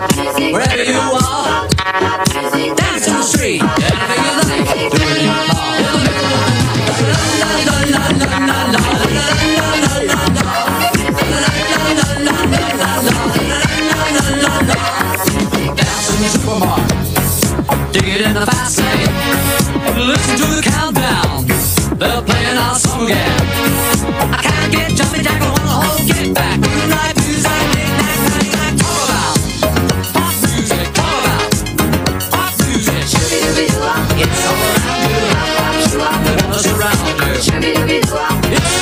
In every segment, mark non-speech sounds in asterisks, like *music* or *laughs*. Wherever you are, dance to the street. Whatever you like, do it in the bar. Dance in the supermarket. Dig it in the fast lane. Listen to the countdown. They're playing our song again. I can't get jumping jack. I wanna hold get back. Good night, music, big night, night, night. Talk about pop music. Talk about pop music. It's all around you. The world is around you. It's all around you. Dig.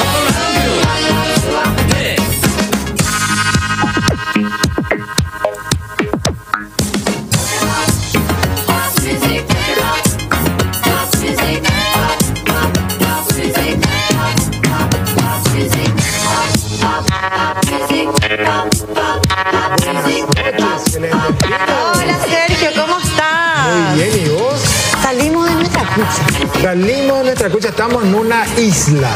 Excelente. Hola Sergio, ¿cómo Muy estás? bien, ¿y vos? Salimos de nuestra cucha. Salimos de nuestra escucha, estamos en una isla.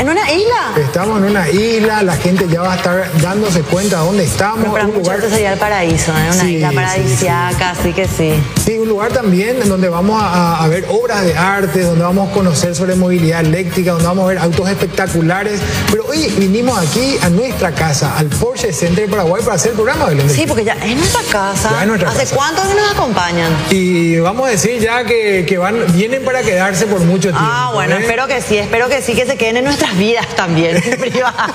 ¿En una isla? Estamos en una isla, la gente ya va a estar dándose cuenta de dónde estamos. Pero para un muchos lugar, esto sería el paraíso, ¿eh? una Sí, isla sí, paradisiaca, así que sí. sí, un lugar también en donde vamos a, a ver obras de arte, donde vamos a conocer sobre movilidad eléctrica, donde vamos a ver autos espectaculares. Pero hoy vinimos aquí a nuestra casa, al Porsche Center de Paraguay, para hacer el programa, Belén. Sí, porque ya es nuestra casa. Ya es nuestra ¿Hace casa. cuánto que nos acompañan? Y vamos a decir ya que, que van, vienen para quedarse por mucho tiempo. Ah, bueno, ¿eh? espero que sí, espero que sí, que se queden en nuestras vidas *laughs* también, privadas.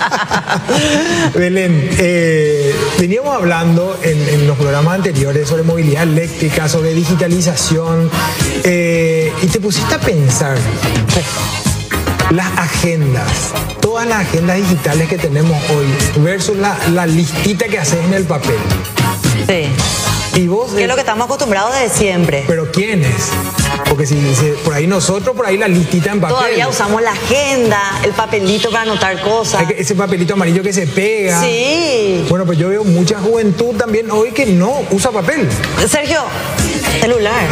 Belén, eh, veníamos hablando en, en los programas anteriores sobre movilidad eléctrica, sobre digitalización, eh, y te pusiste a pensar las agendas, todas las agendas digitales que tenemos hoy versus la, la listita que haces en el papel. Sí, Y vos, que es lo que estamos acostumbrados de siempre. pero ¿quiénes? Porque si, si por ahí nosotros, por ahí la listita en papel. Todavía usamos la agenda, el papelito para anotar cosas. Hay que- ese papelito amarillo que se pega. Sí. Bueno, pues yo veo mucha juventud también hoy que no usa papel. Sergio, celular.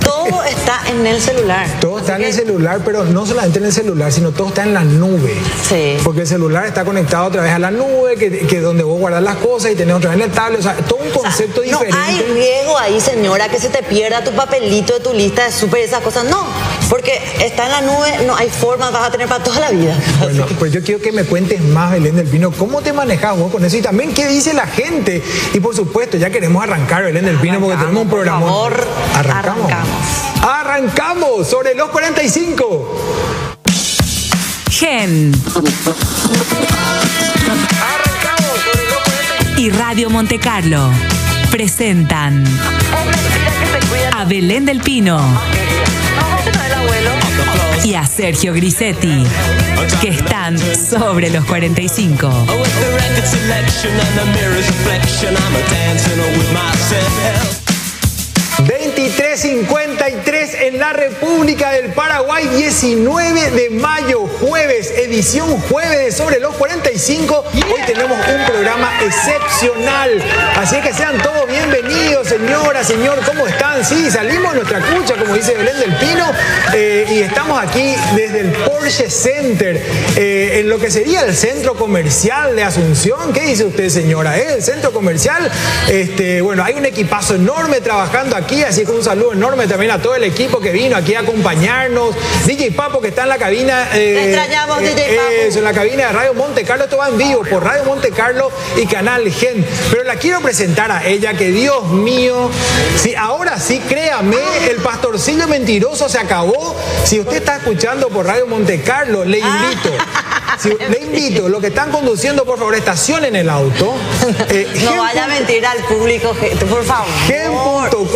Todo está en el celular. Todo está en Así el que- celular, pero no solamente en el celular, sino todo está en la nube. Sí. Porque el celular está conectado otra vez a la nube, que, que donde vos guardás las cosas y tenés otra vez en el tablet. O sea, todo un O sea, concepto no diferente. hay riesgo ahí, señora, que se te pierda tu papelito de tu lista de súper y esas cosas. No, porque está en la nube, no hay forma, vas a tener para toda la vida. *laughs* Bueno, pues yo quiero que me cuentes más, Belén del Pino, cómo te manejas vos con eso y también qué dice la gente. Y por supuesto, ya queremos arrancar, Belén del Pino, porque Arrancamos, tenemos un por programa. favor, arrancamos. arrancamos. Arrancamos sobre los 45. Gen y Radio Monte Carlo presentan a Belén del Pino y a Sergio Grisetti, que están sobre los 45. Oh, with the record selection and the mirror's reflection, I'm a dancing with myself. 23.53 en la República del Paraguay, 19 de mayo, jueves, edición jueves de sobre los 45. Hoy tenemos un programa excepcional. Así que sean todos bienvenidos, señora, señor, ¿cómo están? Sí, salimos de nuestra cucha, como dice Belén del Pino, eh, y estamos aquí desde el Porsche Center, eh, en lo que sería el centro comercial de Asunción. ¿Qué dice usted, señora? ¿Eh? El centro comercial, este, bueno, hay un equipazo enorme trabajando aquí, así que un saludo enorme también a todo el equipo que vino aquí a acompañarnos. DJ Papo que está en la cabina. eh, Te extrañamos, DJ Papo. eso, en la cabina de Radio Monte Carlo. Esto va en vivo por Radio Monte Carlo y Canal Gen. Pero la quiero presentar a ella, que Dios mío, si ahora sí, créame, el pastorcillo mentiroso se acabó. Si usted está escuchando por Radio Monte Carlo, Ah. le invito. si- le invito, los que están conduciendo, por favor, estacionen *laughs* el auto. Eh, No Gen vaya a mentir al público, gente, por favor.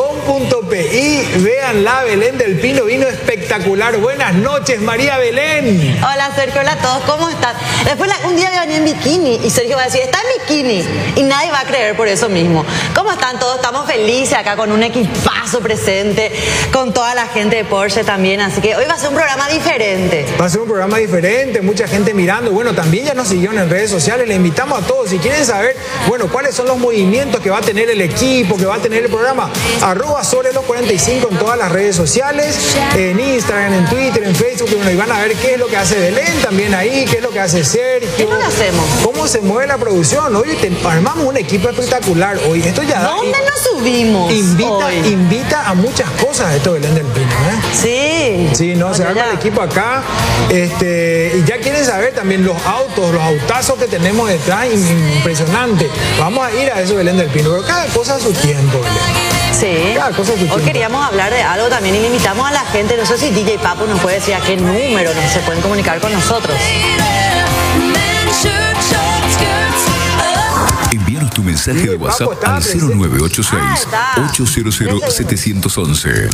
Gen.com.pi, vean la Belén del Pino, vino espectacular. Buenas noches, María Belén. Hola Sergio, hola a todos, ¿cómo estás? Después la- un día voy a venir en bikini y Sergio va a decir, está en bikini y nadie va a creer por eso mismo. ¿Cómo están todos? Estamos felices acá con un equipazo presente, con toda la gente de Porsche también, así que hoy va a ser un programa diferente. Va a ser un programa diferente, mucha gente mirando. Bueno, también ya nos siguieron en redes sociales. Le invitamos a todos. Si quieren saber, bueno, cuáles son los movimientos que va a tener el equipo, que va a tener el programa, arroba sobre los 45 en todas las redes sociales, en Instagram, en Twitter, en Facebook. Bueno, y van a ver qué es lo que hace Belén también ahí, qué es lo que hace Sergio. ¿Qué no le hacemos? ¿Cómo se mueve la producción? Hoy te- armamos un equipo espectacular. Hoy esto ya da dónde nos subimos? Invita, hoy? invita a muchas cosas esto Belén del Pino, ¿eh? Sí. Sí, no, se Oye, arma ya. el equipo acá. Este, y ya quieren saber también los autos, los autazos que tenemos detrás, im- impresionante. Vamos a ir a eso, Belén del Pino, pero cada cosa a su tiempo, Belén. Sí. Cada Ah, cosa a su Hoy tiempo. queríamos hablar de algo también y le invitamos a la gente. No sé si DJ Papo nos puede decir a qué número nos se pueden comunicar con nosotros. Envíanos tu mensaje de Papo, WhatsApp estaba al presente. Ah, está. 0986-800-711.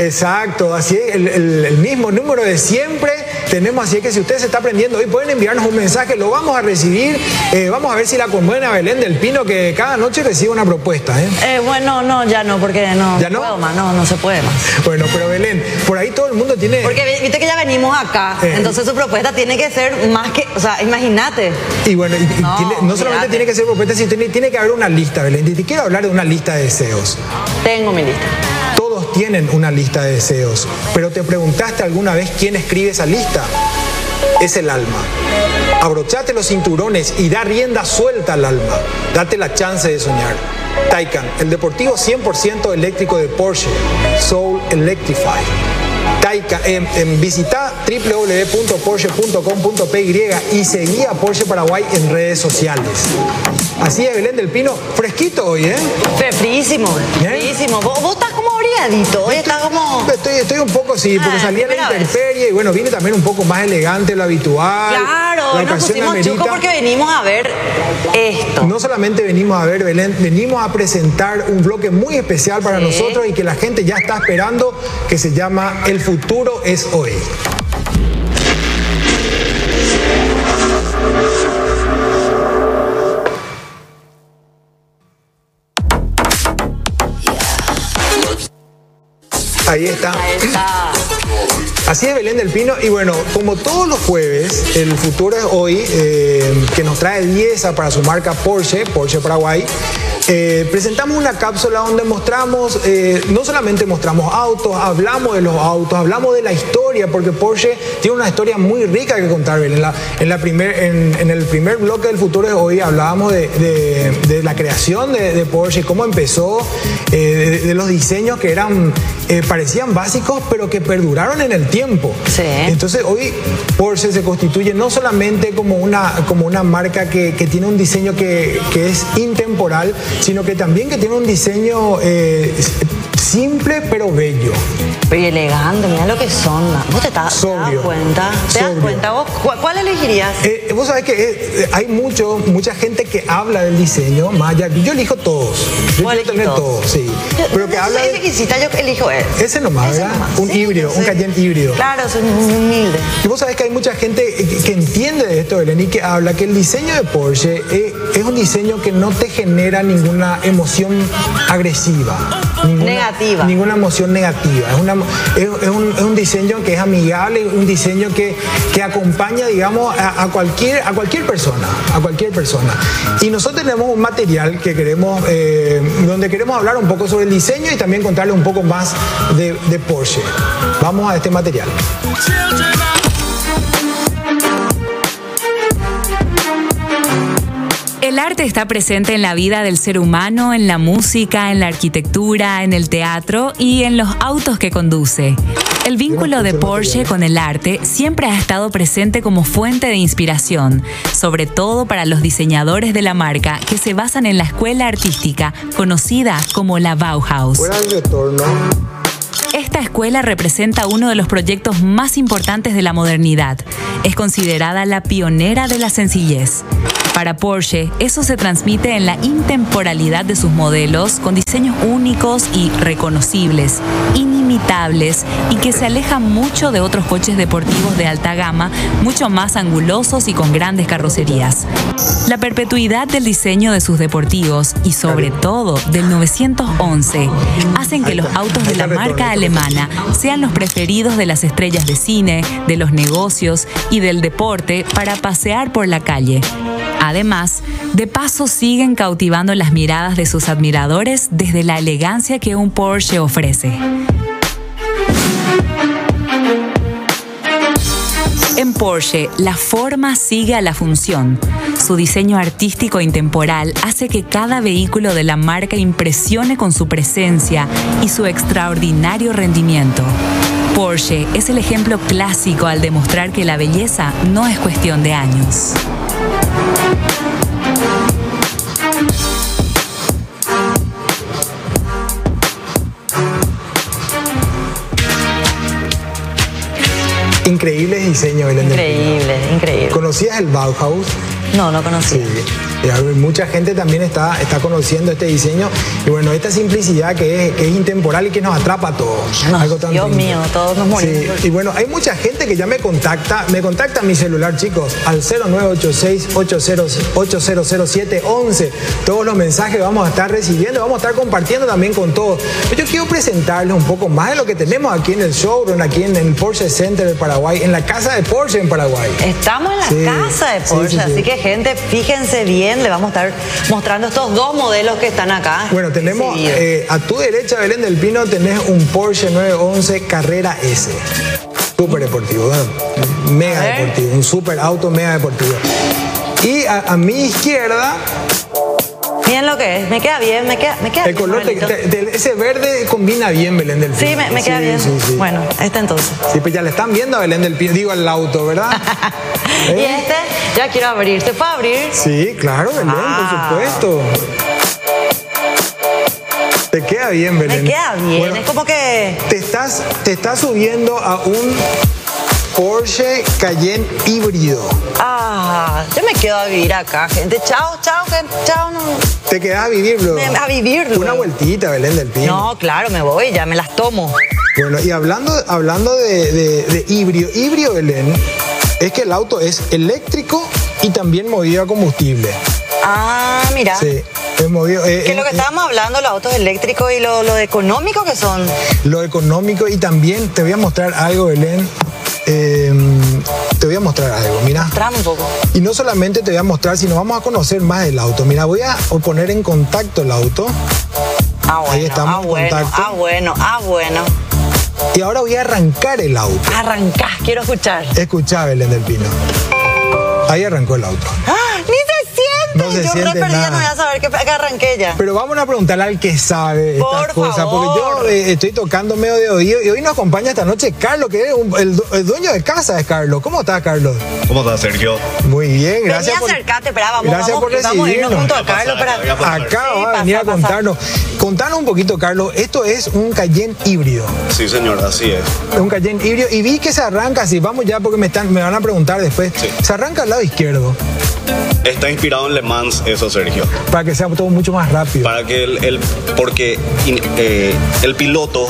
Exacto, así es, el, el- el mismo número de siempre tenemos, así es que si usted se está aprendiendo hoy, pueden enviarnos un mensaje, lo vamos a recibir, eh, vamos a ver si la conmueven a Belén del Pino, que cada noche recibe una propuesta, ¿eh? Eh, bueno, no, ya no, porque no. ¿Ya no? Eh. puedo más, no, no se puede más. Bueno, pero Belén, por ahí todo el mundo tiene... Porque vi- viste que ya venimos acá, Eh. entonces su propuesta tiene que ser más que, o sea, imagínate. Y bueno, y- y No, tiene- no solamente olvídate. tiene que ser propuesta, sino tiene, tiene que haber una lista, Belén. Y Te quiero hablar de una lista de deseos. Tengo mi lista. Todos tienen una lista de deseos, pero ¿te preguntaste alguna vez quién escribe esa lista? Es el alma. Abrochate los cinturones y da rienda suelta al alma. Date la chance de soñar. Taycan, el deportivo 100% eléctrico de Porsche. Soul Electrify. Taycan, em, em, visita www.porsche.com.py y seguí a Porsche Paraguay en redes sociales. Así es, Belén del Pino, fresquito hoy, ¿eh? Febrísimo, Bien. febrísimo. Vos, vos estás como abrigadito, hoy estás como. Estoy, estoy un poco, sí, porque Ah, salí a la primera vez. intemperie y bueno, vine también un poco más elegante, lo habitual. Claro, la hoy nos ocasión pusimos amerita. chucos porque venimos a ver esto. No solamente venimos a ver Belén, venimos a presentar un bloque muy especial para Sí. nosotros y que la gente ya está esperando, que se llama El futuro es hoy. Ahí está. Está- Así es Belén del Pino y bueno, como todos los jueves, el futuro es hoy, eh, que nos trae 10 para su marca Porsche, Porsche Paraguay, eh, presentamos una cápsula donde mostramos, eh, no solamente mostramos autos, hablamos de los autos, hablamos de la historia, porque Porsche tiene una historia muy rica que contar. Belén. En, la, en, la primer, en, en el primer bloque del futuro es hoy hablábamos de, de- de la creación de, de Porsche, cómo empezó, eh, de, de los diseños que eran, eh, parecían básicos, pero que perduraron en el tiempo. Sí. Entonces hoy Porsche se constituye no solamente como una, como una marca que, que tiene un diseño que, que es intemporal, sino que también que tiene un diseño eh, simple pero bello. Pero y elegante, mira lo que son. ¿no? ¿Vos te, estás- te Sobrio. das cuenta? ¿Te Sobrio. das cuenta vos? ¿Cu- ¿Cuál elegirías? Eh, vos sabés que eh, eh, hay mucho, mucha gente que habla del diseño, más allá- Yo elijo todos. Yo Vos quiero elegís tener todos, sí. Yo- Pero no que sé, habla Ese que de... hiciste, yo elijo ese. Ese nomás, ¿verdad? Un híbrido, un cayenne Cayenne híbrido. Claro, soy muy humilde. Y vos sabés que hay mucha gente eh, que entiende de esto, Belén, y que habla que el diseño de Porsche eh, es un diseño que no te genera ninguna emoción agresiva. ninguna- Negativa. Ninguna emoción negativa. Es, una, es, es un, es un diseño que es amigable, un diseño que, que acompaña, digamos, a, a cualquier, a cualquier persona. A cualquier persona. Y nosotros tenemos un material que queremos, eh, donde queremos hablar un poco sobre el diseño y también contarle un poco más de, de Porsche. Vamos a este material. El arte está presente en la vida del ser humano, en la música, en la arquitectura, en el teatro y en los autos que conduce. El vínculo de Porsche con el arte siempre ha estado presente como fuente de inspiración, sobre todo para los diseñadores de la marca que se basan en la escuela artística conocida como la Bauhaus. Fuera del retorno. Esta escuela representa uno de los proyectos más importantes de la modernidad. Es considerada la pionera de la sencillez. Para Porsche, eso se transmite en la intemporalidad de sus modelos, con diseños únicos y reconocibles, inimitables y que se alejan mucho de otros coches deportivos de alta gama, mucho más angulosos y con grandes carrocerías. La perpetuidad del diseño de sus deportivos y sobre todo del 911 hacen que los autos de la marca alemana sean los preferidos de las estrellas de cine, de los negocios y del deporte para pasear por la calle. Además, de paso siguen cautivando las miradas de sus admiradores desde la elegancia que un Porsche ofrece. En Porsche, la forma sigue a la función. Su diseño artístico e intemporal hace que cada vehículo de la marca impresione con su presencia y su extraordinario rendimiento. Porsche es el ejemplo clásico al demostrar que la belleza no es cuestión de años. Increíble diseño, Belén. del Pino. Increíble, increíble. ¿Conocías el Bauhaus? No, no Sí. conocía. Y hay Mucha gente también está, está conociendo este diseño y bueno, esta simplicidad que es, que es intemporal y que nos atrapa a todos. No, Dios mío, todos nos morimos por- Y bueno, hay mucha gente que ya me contacta, me contacta a mi celular, chicos, al 0986-800711. Todos los mensajes vamos a estar recibiendo, vamos a estar compartiendo también con todos. Pero yo quiero presentarles un poco más de lo que tenemos aquí en el showroom, aquí en el Porsche Center de Paraguay, en la casa de Porsche en Paraguay. Estamos en la Sí, casa de sí, Porsche, sí, sí. así que gente, fíjense bien, le vamos a estar mostrando estos dos modelos que están acá. Bueno, tenemos Seguidos. eh, a tu derecha, Belén del Pino, tenés un Porsche 911 Carrera S. Súper deportivo, ¿eh? mega A ver. deportivo, un super auto mega deportivo. Y a, a mi izquierda, Miren lo que es, me queda bien, me queda, me queda el bien, color, te- Manuelito. te- te- ese verde combina bien Belén del Pino. Sí, me, me queda Sí, bien. sí, sí. Bueno, este entonces. Sí, pues ya le están viendo a Belén del Pino, digo al *laughs* auto, ¿verdad? Y ¿Eh? este, ya quiero abrir, ¿se puede abrir? Sí, claro, Belén, Ah. por supuesto. Te queda bien, Me Belén. queda bien, Bueno, es como que... te estás, te estás subiendo a un Porsche Cayenne híbrido. Ah, yo me quedo a vivir acá, gente. Chao, chao, gente. Chao, no. Te quedas a vivirlo. Me- a vivirlo. Una vueltita, Belén del Pino. No, claro, me voy, ya me las tomo. Bueno, y hablando, hablando de, de- de híbrido, híbrido, Belén, es que el auto es eléctrico y también movido a combustible. Ah, mira. Sí, es movido. eh, Que lo que eh, estábamos hablando, los autos eléctricos y lo, lo económico que son. eh, lo económico y también te voy a mostrar algo, Belén. Eh, te voy a mostrar algo, mira. Tramo un poco. Y no solamente te voy a mostrar, sino vamos a conocer más del auto. Mira, voy a poner en contacto el auto Ah, bueno. Ahí estamos ah, en bueno, contacto. ah, bueno, ah, bueno. y ahora voy a arrancar el auto. Arrancás, quiero escuchar. Escuchá, Belén del Pino. Ahí arrancó el austo. ¡Ah! ¡Ni se siente! No se yo siente re perdida, nada. no voy a saber que, que arranqué ya. Pero vamos a preguntarle al que sabe Por estas cosas, porque favor. yo eh, estoy tocando medio de oído y hoy nos acompaña esta noche Carlos, que es un- el, du- el dueño de casa es Carlos. ¿Cómo estás, Carlos? ¿Cómo estás, Sergio? Muy bien, Vení, gracias. por- acercate, esperá, vamos, gracias vamos, por vamos a irnos recibirnos. juntos a Voy a pasar, Carlos voy para... a pasar. Acá Sí, va a pasa, venir a pasa. contarnos. Contanos un poquito, Carlos. Esto es un Cayenne híbrido. Sí, señor, así es. Es un Cayenne híbrido y vi que se arranca así. Vamos ya porque me están, me van a preguntar después. Sí. Se arranca al lado izquierdo Está inspirado en Le Mans, eso, Sergio. para que sea todo mucho más rápido. Para que el, el- porque in- eh, el piloto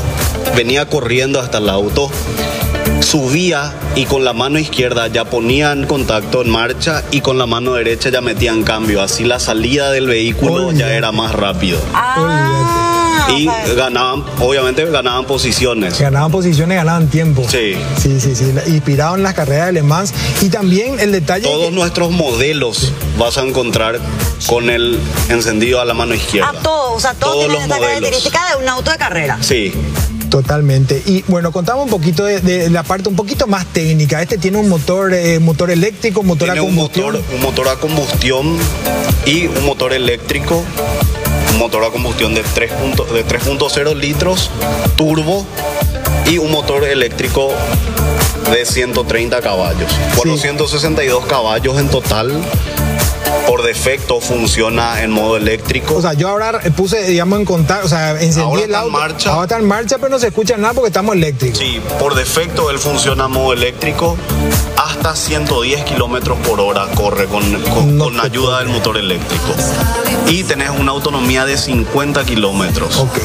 venía corriendo hasta el auto, subía y con la mano izquierda ya ponían contacto en marcha y con la mano derecha ya metían cambio. Así la salida del vehículo Olvídate. ya era más rápido. Ah, y o sea, ganaban, obviamente ganaban posiciones. Ganaban posiciones, ganaban tiempo. Sí. Sí, sí, sí. Inspirado en las carreras de Le Mans. Y también el detalle. Todos que- nuestros modelos vas a encontrar con el encendido a la mano izquierda. a todos, o sea, todos, Todos tienen los esta modelos. característica de un auto de carrera. Sí, Totalmente. Y bueno, contamos un poquito de, de la parte un poquito más técnica. Este tiene un motor, eh, motor eléctrico, motor tiene a un combustión. motor, un motor a combustión y un motor eléctrico, un motor a combustión de 3 punto- de 3.0 litros, turbo y un motor eléctrico de 130 caballos. 462 caballos en total. Por defecto funciona en modo eléctrico. O sea, yo ahora puse, digamos, en contacto, o sea, encendí Ahora el está en auto. marcha. Ahora está en marcha, pero no se escucha nada porque estamos eléctricos. Sí, por defecto él funciona a modo eléctrico. Hasta 110 kilómetros por hora corre con, con- No con te ayuda del motor eléctrico. Y tenés una autonomía de 50 kilómetros. Ok,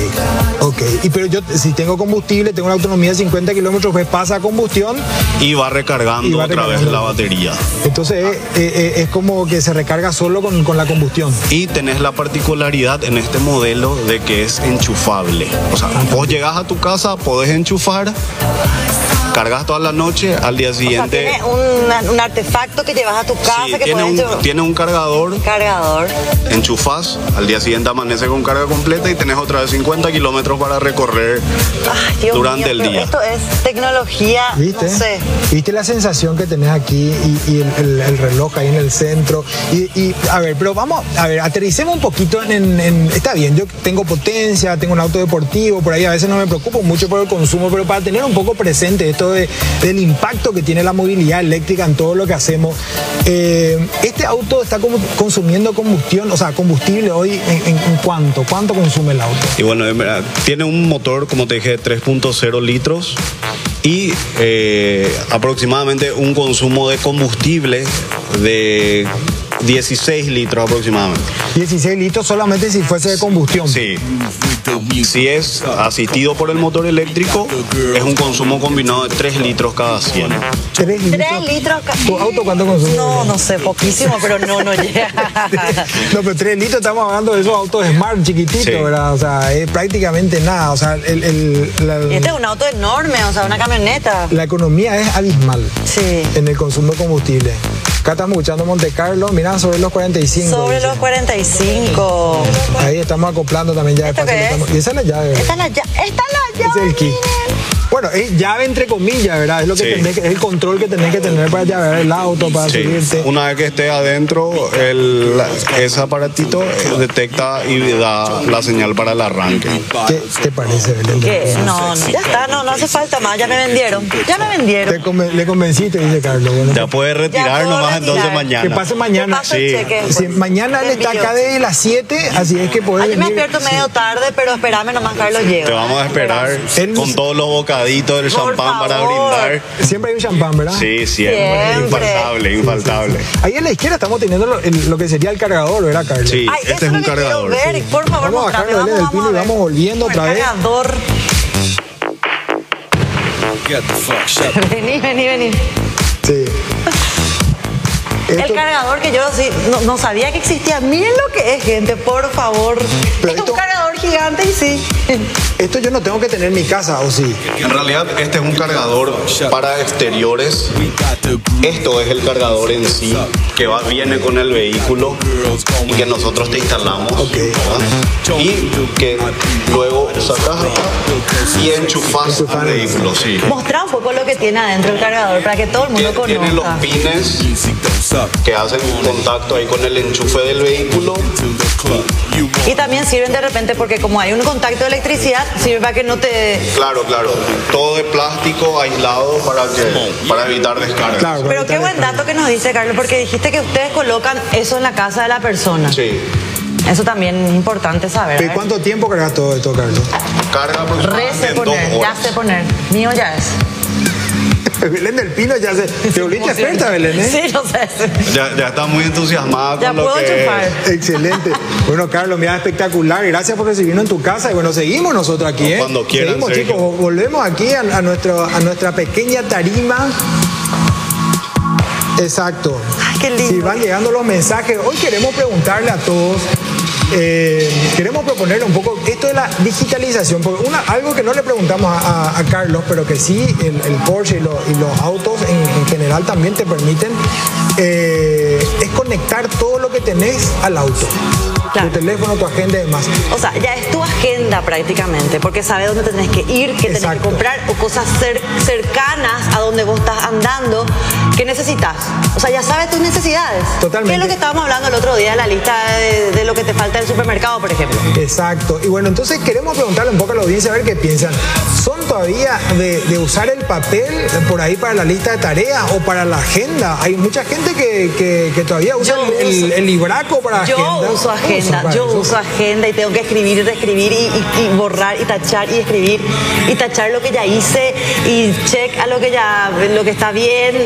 ok. Y pero yo, si tengo combustible, tengo una autonomía de 50 kilómetros, pues pasa a combustión. Y va recargando Y va otra vez recargando. la batería. Entonces eh, eh, es como que se recarga solo con, con la combustión. Y tenés la particularidad en este modelo de Ah. que es enchufable. O sea, vos llegás a tu casa, podés enchufar Cargas toda la noche, al día O sea, siguiente. tiene un, un artefacto que llevas a tu casa sí, que tiene, puedes un, tiene un cargador, cargador. enchufás, al día siguiente amanece con carga completa y tenés otra vez 50 kilómetros para recorrer Ay, Dios durante mío, el pero día. Esto es tecnología, ¿Viste? no sé. ¿Viste la sensación que tenés aquí y, y el, el- el reloj ahí en el centro? Y, y, a ver, pero vamos, a ver, aterricemos un poquito en, en- en- Está bien, yo tengo potencia, tengo un auto deportivo, por ahí a veces no me preocupo mucho por el consumo, pero para tener un poco presente esto de- del impacto que tiene la movilidad eléctrica en todo lo que hacemos, eh, este auto está como consumiendo combustión, o sea, combustible hoy, ¿en, en- en cuánto? ¿Cuánto consume el auto? Y bueno, en verdad, tiene un motor, como te dije, de 3.0 litros y eh, aproximadamente un consumo de combustible de 16 litros aproximadamente. 16 litros solamente si fuese de combustión. Sí. Si es asistido por el motor eléctrico, es un consumo combinado de 3 litros cada 100. 3 litros. Tres litros. ca- ¿Tu auto cuánto consume? No, no sé, poquísimo, pero no, no llega. *laughs* No, pero 3 litros estamos hablando de esos autos smart chiquititos, Sí. ¿verdad? O sea, es prácticamente nada. O sea, el- el- la, Y este es un auto enorme, o sea, una camioneta. la economía es abismal Sí. en el consumo de combustible. Acá estamos escuchando Monte Carlo, mirá, sobre los 45. Sobre dice. los 45. Ahí estamos acoplando también ya de ¿Esto paso. qué le es? estamos- Y esa es la llave, ¿verdad? Esta es la llave. Esta es la Ese es llave. el key. Bueno, es llave entre comillas, ¿verdad? Es lo que Sí. tenés que- es el control que tenés que tener para llavear el auto, para Sí. subirte. Una vez que esté adentro, el, ese aparatito detecta y da la señal para el arranque. ¿Qué te parece, Belén? ¿Qué? No, no, ya está, no, no hace falta más, ya me vendieron. Ya me vendieron. Te conven- le convenciste, dice Carlos. Bueno, Ya puedes retirar puedo nomás retirar. entonces que mañana. pase mañana. Te paso el Sí. cheque. Sí, pues. mañana él está acá desde las 7, así es que podés Ayer me venir. despierto medio tarde, pero espérame nomás, Carlos llega. Te vamos a esperar Él- con todos los bocaditos del Por champán para favor. brindar. Siempre hay un champán, ¿verdad? Sí, siempre. Siempre. Infaltable, infaltable. Ahí en la izquierda estamos teniendo lo, el- lo que sería el cargador, ¿verdad, Carlos? Sí, Ay, este eso es un lo que quiero cargador. ver, sí. Por favor, Vamos a mostrame, bajarlo, Belén, del a Pino, y ver. vamos volviendo otra El vez. cargador. Vení, vení, vení. Sí. El Esto- cargador que yo sí, no, no sabía que existía. Miren lo que es, gente, por favor. Pero es esto- un cargador gigante y sí. *laughs* esto yo no tengo que tener en mi casa, ¿o sí? En realidad, este es un cargador para exteriores. Esto es el cargador en sí, que va, viene con el vehículo y que nosotros te instalamos. ¿verdad? Y que luego sacas acá y enchufas al vehículo. Sí. Mostrar un poco lo que tiene adentro el cargador para que todo el mundo Tiene- Tiene los conozca. pines que hacen contacto ahí con el enchufe del vehículo. Y también sirven de repente porque como hay un contacto de electricidad, sirve para que no te... Claro, claro. Todo de plástico aislado para, que, para evitar descargas. Claro, Pero qué para buen dato que nos dice, Carlos, porque dijiste que ustedes colocan eso en la casa de la persona. Sí. Eso también es importante saber. ¿De ¿eh? ¿Cuánto tiempo cargas todo esto, Carlos? *laughs* Carga Re aproximadamente sé en dos poner, ya horas. sé poner. Mío ya es. Belén del Pino ya se. Te volviste experta, Belén, ¿eh? Sí, yo sé. Ya, ya está muy entusiasmada Ya con lo puedo que enchufar. *laughs* Excelente. Bueno, Carlos, mira, espectacular. Gracias por recibirnos en tu casa. Y bueno, seguimos nosotros aquí, ¿eh? Cuando quieran, Seguimos, Sergio. chicos. Volvemos aquí a, a nuestro, a nuestra pequeña tarima. Exacto. Ay, qué lindo. Si van llegando los mensajes, hoy queremos preguntarle a todos. eh, queremos proponerle un poco esto de la digitalización, porque una, algo que no le preguntamos a, a- a Carlos, pero que sí el, el Porsche y, lo- y los autos en, en general también te permiten, eh, es conectar todo lo que tenés al auto. Claro. Tu teléfono, tu agenda y demás. O sea, ya es tu agenda prácticamente, porque sabes dónde tenés que ir, qué tenés que Exacto. comprar o cosas cer- cercanas a donde vos estás andando que necesitas. O sea, ya sabes tus necesidades. Totalmente. ¿Qué es lo que estábamos hablando el otro día de la lista de, de lo que te falta del supermercado, por ejemplo? Exacto. Y bueno, entonces queremos preguntarle un poco a la audiencia a ver qué piensan. ¿Son todavía de, de usar el papel por ahí para la lista de tareas o para la agenda? Hay mucha gente que, que- que todavía usa Yo el, el- uso- el libraco para Yo agenda. uso ¿Cómo usan agenda, para yo eso? uso agenda y tengo que escribir y reescribir y, y- y borrar y tachar y escribir y tachar lo que ya hice y check a lo que ya lo que está bien,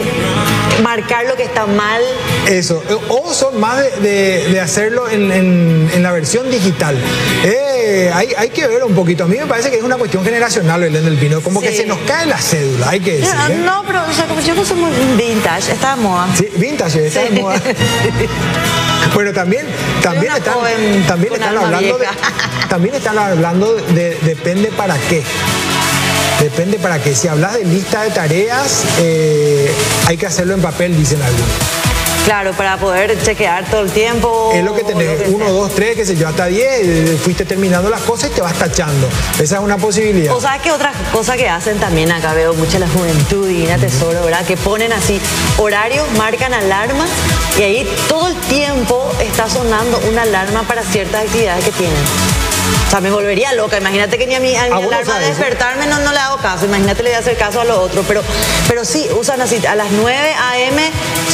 marcar lo que está mal. Eso. O son más de, de- de hacerlo en, en- en la versión digital. Eh, hay, hay que ver un poquito. A mí me parece que es una cuestión generacional, Belén del Pino. Como que Sí. se nos cae la cédula, hay que decir. No, ¿eh? no, pero o sea, como yo no soy muy vintage, está de moda. Sí, vintage, está de Sí. moda. Bueno, también, también una están, joven también con están alma hablando de, vieja. *laughs* también están hablando de depende para qué. Depende para qué. Si hablas de lista de tareas, eh, hay que hacerlo en papel, dicen algunos. Claro, para poder chequear todo el tiempo. Es lo que tenés, Oh, que uno, sea. dos, tres, qué sé yo, hasta diez, eh, fuiste terminando las cosas y te vas tachando. Esa es una posibilidad. O sabes que otra cosa que hacen también acá veo mucha la juventud y una tesoro, ¿verdad? Que ponen así horarios, marcan alarmas y ahí todo el tiempo está sonando una alarma para ciertas actividades que tienen. O sea, me volvería loca. Imagínate que ni a mi, a mi Ah, vos no alarma de sabes, ¿eh? despertarme no, no le hago caso. Imagínate le voy a hacer caso a lo otro. Pero, pero sí, usan así. A las 9 a.m.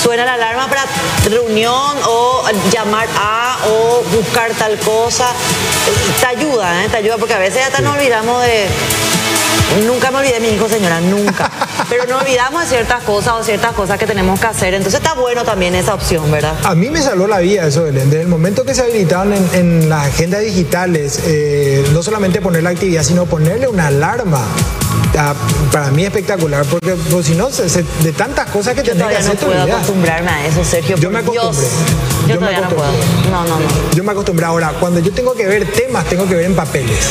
suena la alarma para reunión o llamar a o buscar tal cosa. Eh, Te ayuda, ¿eh? Te ayuda porque a veces hasta nos olvidamos de... Nunca me olvidé de mi hijo, señora, *laughs* nunca. Pero nos olvidamos de ciertas cosas o ciertas cosas que tenemos que hacer. Entonces está bueno también esa opción, ¿verdad? A mí me salvó la vida eso, Belén. Desde el momento que se habilitaron en, en las agendas digitales, eh, no solamente poner la actividad, sino ponerle una alarma. Ah, para mí espectacular, porque pues, si no, se- se- de tantas cosas que Yo tenés que todavía no hacer, te puedo olvidás. acostumbrarme a eso, Sergio. por Yo me Dios. acostumbré. Yo, Yo me todavía no puedo. acostumbré. No, no, no. Yo me acostumbré ahora, cuando yo tengo que ver temas, tengo que ver en papeles.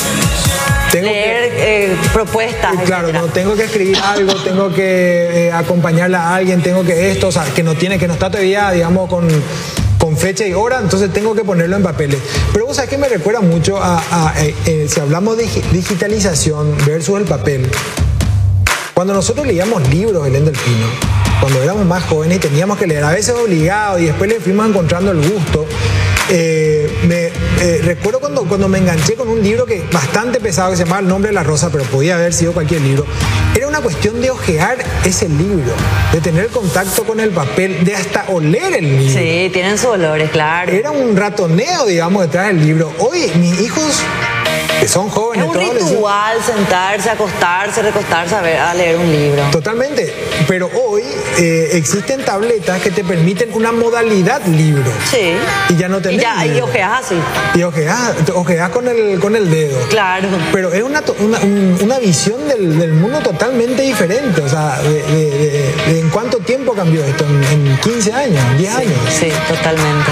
Tengo que- leer eh, propuestas. Claro, etcétera. no tengo que escribir algo, tengo que eh, acompañarla a alguien, tengo que esto, o sea, que no tiene, que no está todavía, digamos, con, con fecha y hora, entonces tengo que ponerlo en papeles. Pero vos sabés que me recuerda mucho a, a, eh, eh, si hablamos de digi- digitalización versus el papel. Cuando nosotros leíamos libros, Belén del Pino, cuando éramos más jóvenes y teníamos que leer, a veces obligados y después le fuimos encontrando el gusto, eh, me eh, recuerdo cuando, cuando me enganché con un libro que bastante pesado, que se llamaba El nombre de la rosa, pero podía haber sido cualquier libro, era una cuestión de ojear ese libro, de tener contacto con el papel, de hasta oler el libro. Sí, tienen sus olores, claro. Era un ratoneo, digamos, detrás del libro. Hoy mis hijos, que son es jóvenes, un todos les- ritual sentarse, acostarse, recostarse a, ver, a leer un libro. Totalmente, pero hoy eh, existen tabletas que te permiten una modalidad libro. Sí. Y ya no Y tenés. ya, y libro. ojeas así. Y ojeás, ojeás con el, con el dedo. Claro. Pero es una, to- una, un- una visión del, del mundo totalmente diferente. O sea, de, de- de- de- ¿en cuánto tiempo cambió esto? ¿En, en 15 años? ¿10 años? Sí, totalmente.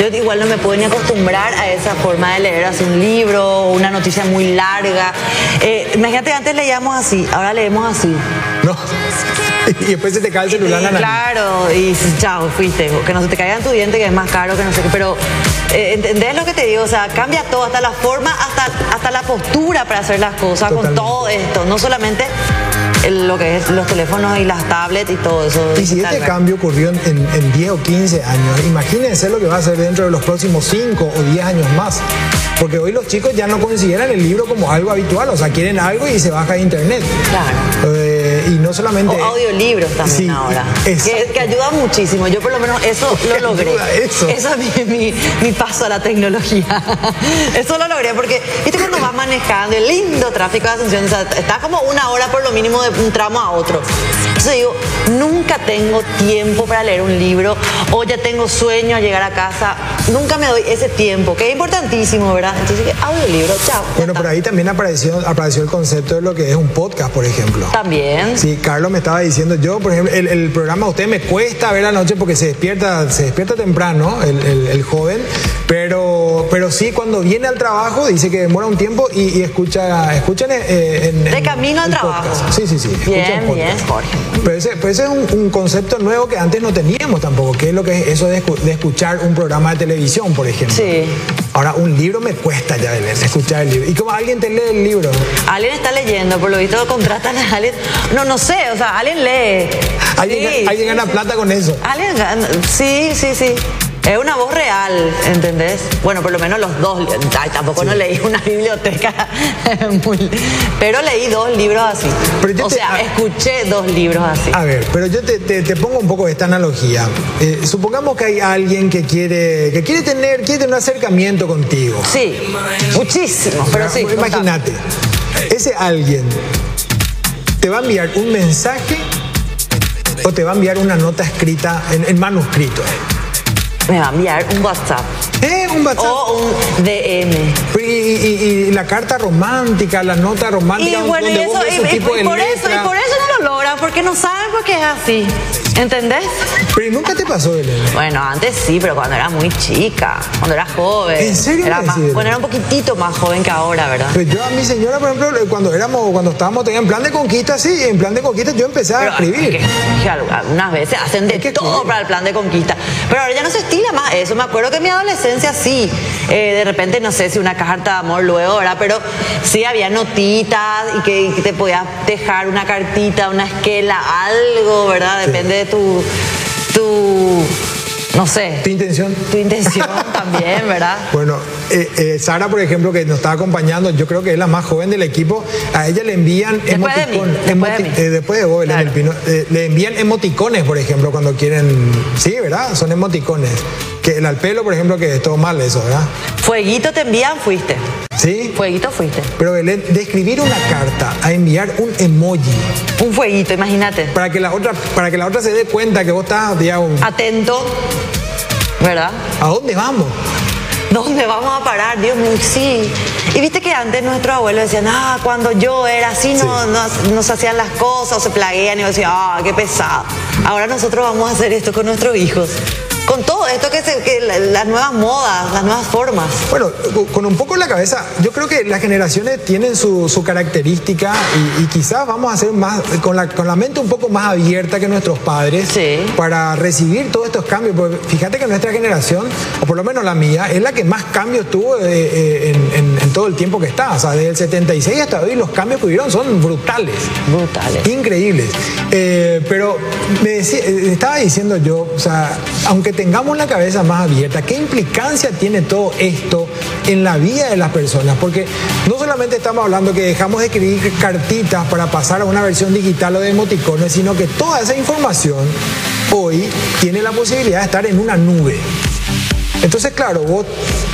Yo igual no me puedo ni acostumbrar a esa forma de leer así un libro o una noticia muy larga. Eh, imagínate, antes leíamos así, ahora leemos así. No. *laughs* Y después se te cae el celular en la Y nariz. Claro, y dices, chao, fuiste. o Que no se te caigan tu diente, que es más caro, que no sé qué. Pero, eh, ¿entendés lo que te digo? O sea, cambia todo, hasta la forma, hasta, hasta la postura para hacer las cosas con Totalmente. todo esto. No solamente el- lo que es los teléfonos y las tablets y todo eso. Y si digital, este ¿verdad? cambio ocurrió en, en- en 10 o 15 años, imagínense lo que va a ser dentro de los próximos 5 o 10 años más. Porque hoy los chicos ya no consideran el libro como algo habitual, o sea, quieren algo y se baja de internet. Claro. Eh, y no solamente... O audiolibros también Sí, ahora. exacto. Que, que ayuda muchísimo. Yo por lo menos *laughs* eso Porque lo logré. ayuda eso. es mi, mi- mi paso a la tecnología. *laughs* Eso lo logré porque, viste, cuando vas manejando, el lindo tráfico de Asunción, o sea, está como una hora por lo mínimo de un tramo a otro. Entonces digo, nunca tengo tiempo para leer un libro o ya tengo sueño al llegar a casa. Nunca me doy ese tiempo, que es importantísimo, ¿verdad? Entonces dije, audiolibro, chao. ya Bueno, está. por ahí también apareció, apareció el concepto de lo que es un podcast, por ejemplo. También. Sí, Carlos me estaba diciendo, yo, por ejemplo, el, el programa a usted me cuesta ver anoche porque se despierta, se despierta temprano el, el- el joven, pero, pero sí, cuando viene al trabajo dice que demora un tiempo y, y escucha, escuchan eh, en, en- De camino al el trabajo. podcast. Sí, sí, sí. Bien, escuchan podcast. bien, Jorge. Pero ese, pero ese es un, un concepto nuevo que antes no teníamos tampoco, que es lo que es eso de, escu- de escuchar un programa de televisión, por ejemplo. Sí. Ahora, un libro me cuesta ya Belén, escuchar el libro. ¿Y como alguien te lee el libro? Alguien está leyendo, por lo visto contratan a alguien. No, no sé, o sea, alguien lee. Alguien, Sí. alguien gana plata con eso. Alguien gana- Sí, sí, sí. Es una voz real, ¿entendés? Bueno, por lo menos los dos. li- Ay, tampoco no leí una biblioteca. *laughs* muy- Pero leí dos libros así. Pero yo o te- sea, ah. a- escuché dos libros así. A ver, pero yo te, te- te pongo un poco esta analogía. Eh, supongamos que hay alguien que quiere, que quiere tener, quiere tener un acercamiento contigo. Sí, muchísimo. Pero sí. contá. Imagínate, ese alguien te va a enviar un mensaje o te va a enviar una nota escrita en, en manuscrito. Me va a enviar un WhatsApp Eh, un WhatsApp. o un DM. Y, y- y la carta romántica, la nota romántica, Y bueno, y donde eso, vos ves y, ese y- tipo y de por eso, y letra. por eso no lo logran porque no saben por qué es así. ¿Entendés? Pero nunca te pasó, Belén. Bueno, antes sí, pero cuando era muy chica, cuando era joven. ¿En serio Era me más, decís? bueno, era un poquitito más joven que ahora, ¿verdad? Pues yo a mi señora, por ejemplo, eh, cuando éramos, cuando estábamos todavía en plan de conquista, sí, en plan de conquista yo empecé a Pero escribir. es que- que al- algunas veces hacen de Hay Ah, que todo escribir. para el plan de conquista. Pero ahora ya no se estila más eso. Me acuerdo que en mi adolescencia sí. eh, de repente, no sé si una carta de amor luego, ahora, pero sí había notitas y que, y que te podías dejar una cartita, una esquela, algo, ¿verdad? Depende de tu. tu no sé. ¿Tu intención? Tu intención también, ¿verdad? Bueno, eh, eh, Sara, por ejemplo, que nos está acompañando, yo creo que es la más joven del equipo, a ella le envían Después de mí, emoticones. después de emoti- mí. eh, después de vos, Belén Claro. del Pino. Eh, le envían emoticones, por ejemplo, cuando quieren. Sí, ¿verdad? Son emoticones. Que el al pelo, por ejemplo, que es todo mal eso, ¿verdad? Fueguito te envían, fuiste. Sí. Fueguito fuiste. Pero Belén, de escribir una carta a enviar un emoji Un fueguito, imagínate. para que la otra, para que la otra se dé cuenta que vos estás, digamos, Atento, ¿verdad? ¿a dónde vamos? ¿Dónde vamos a parar? Dios mío, sí. Y viste que antes nuestros abuelos decían, ah, cuando yo era así no, Sí. no, no se hacían las cosas, o se plaguean y decían, ah, qué pesado. Ahora nosotros vamos a hacer esto con nuestros hijos. Con todo esto que, se- que la- las nuevas modas, las nuevas formas. Bueno, co- con un poco en la cabeza, yo creo que las generaciones tienen su, su característica y, y quizás vamos a ser más, con la, con la mente un poco más abierta que nuestros padres Sí. para recibir todos estos cambios. Porque fíjate que nuestra generación, o por lo menos la mía, es la que más cambios tuvo eh, eh, en, en- en todo el tiempo que está. O sea, desde el 76 hasta hoy los cambios que hubieron son brutales. Brutales. Increíbles. Eh, pero me decí- eh, estaba diciendo yo, o sea, aunque tengamos la cabeza más abierta, ¿qué implicancia tiene todo esto en la vida de las personas? Porque no solamente estamos hablando que dejamos de escribir cartitas para pasar a una versión digital o de emoticones, sino que toda esa información hoy tiene la posibilidad de estar en una nube. Entonces, claro, vos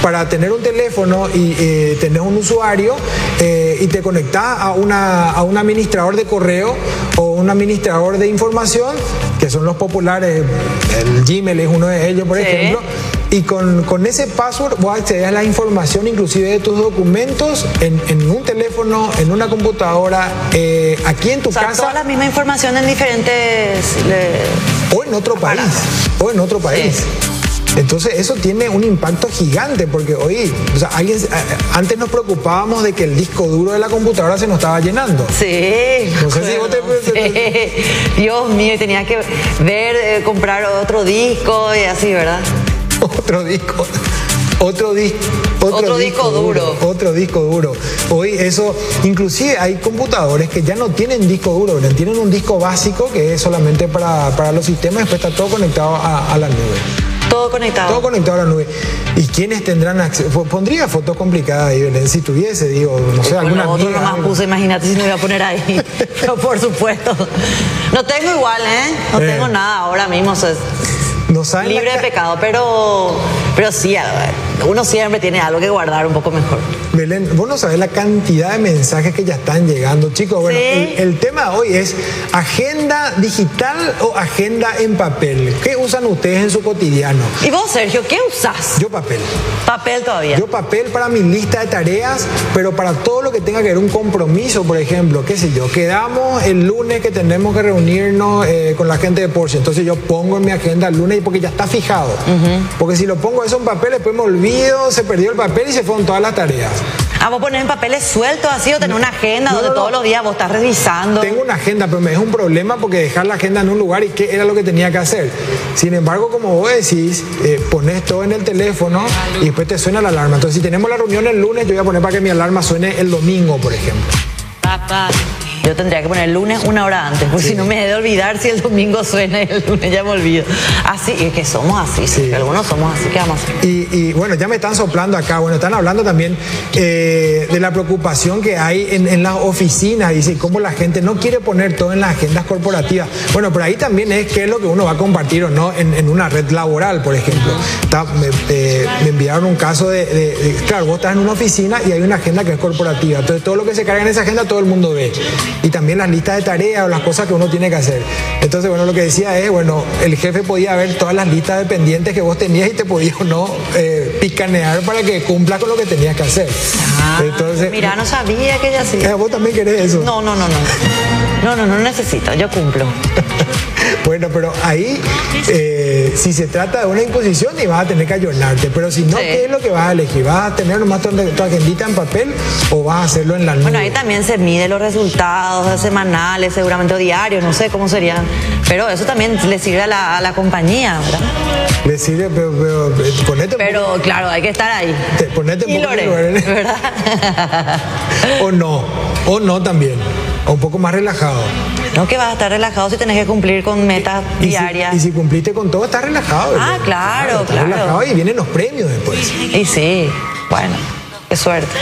para tener un teléfono y eh, tener un usuario eh, y te conectás a, una, a un administrador de correo o un administrador de información, que son los populares, el Gmail es uno de ellos, por Sí. ejemplo, y con, con ese password vos accedes a la información inclusive de tus documentos en, en un teléfono, en una computadora, eh, aquí en tu O sea, casa toda la misma información en diferentes... le- o en otro país, o en otro país. Entonces eso tiene un impacto gigante porque hoy, o sea, alguien, a- antes nos preocupábamos de que el disco duro de la computadora se nos estaba llenando. *laughs* Sí. No sé si vos te- bueno, sí. Dios mío, y tenía que ver, eh, comprar otro disco y así, ¿verdad? Otro disco. Otro, disco otro, Otro disco duro. Otro disco duro. Hoy eso, inclusive hay computadores que ya no tienen disco duro, Belén, tienen un disco básico que es solamente para, para los sistemas, después está todo conectado a, a la nube. Todo conectado. Todo conectado a la nube. ¿Y quiénes tendrán acceso? Fo- Pondría fotos complicadas ahí, Belén, si tuviese, digo, no sé, Bueno, alguna otro amiga, nomás algo. puse, imagínate si me iba a poner *laughs* ahí. Pero por supuesto. No tengo igual, ¿eh? No Eh. tengo nada ahora mismo. o sea, es No saben la libre de ca- pecado, pero, pero sí, a ver, uno siempre tiene algo que guardar un poco mejor. Belén, vos no sabés la cantidad de mensajes que ya están llegando. Chicos, bueno, Sí. el, el tema de hoy es agenda digital o agenda en papel. ¿Qué usan ustedes en su cotidiano? ¿Y vos, Sergio, qué usás? Yo papel. Papel todavía. Yo papel para mi lista de tareas, pero para todo lo que tenga que ver un compromiso, por ejemplo, qué sé yo, quedamos el lunes que tenemos que reunirnos eh, con la gente de Porsche, entonces yo pongo en mi agenda el lunes porque ya está fijado, porque si lo pongo eso en papel, después me olvido, se perdió el papel y se fueron todas las tareas. Ah, vos ponés en papeles sueltos así o tener una agenda No, donde no, no. todos los días vos estás revisando. Tengo una agenda, pero me es un problema porque dejar la agenda en un lugar y qué era lo que tenía que hacer. Sin embargo, como vos decís, eh, pones todo en el teléfono y después te suena la alarma. Entonces, si tenemos la reunión el lunes, yo voy a poner para que mi alarma suene el domingo, por ejemplo. Yo tendría que poner el lunes una hora antes, porque si no me he de olvidar si el domingo suena y el lunes ya me olvido. Así, es que somos así, Sí. algunos somos así, ¿qué vamos a hacer? Y, y, bueno, ya me están soplando acá, bueno, están hablando también eh, de la preocupación que hay en, en las oficinas, dice, cómo la gente no quiere poner todo en las agendas corporativas. Bueno, pero ahí también es qué es lo que uno va a compartir o no en, en una red laboral, por ejemplo. Está- me, eh, me enviaron un caso de, de- de- claro, vos estás en una oficina y hay una agenda que es corporativa, entonces todo lo que se carga en esa agenda todo el mundo ve. y también las listas de tareas o las cosas que uno tiene que hacer. Entonces, bueno, lo que decía es, bueno, el jefe podía ver todas las listas de pendientes que vos tenías y te podía *laughs* o no eh, picanear para que cumpla con lo que tenías que hacer. Entonces, Ah, Mira, no sabía que ella sí. eh, *laughs* vos también querés eso. No, no, no, no. No, no, no necesito. Yo cumplo. Bueno, pero ahí, eh, si se trata de una imposición, y vas a tener que ayornarte. Pero si no, Sí. ¿qué es lo que vas a elegir? ¿Vas a tener nomás tu, tu agendita en papel o vas a hacerlo en la nube? Bueno, ahí también se mide los resultados semanales, seguramente o diarios, no sé cómo sería. Pero eso también le sirve a la, a la compañía, ¿verdad? Le sirve, pero, pero, eh, ponete un poco- Pero claro, hay que estar ahí. te- ponete un Y poco en Lore, el lugar, ¿eh? ¿verdad? O no, o no también. O un poco más relajado. No que vas a estar relajado si tenés que cumplir con metas Y si, diarias. y si cumpliste con todo, estás relajado. Ah, ¿verdad? claro, estás claro. relajado y vienen los premios después. *laughs* Y sí, bueno, qué suerte.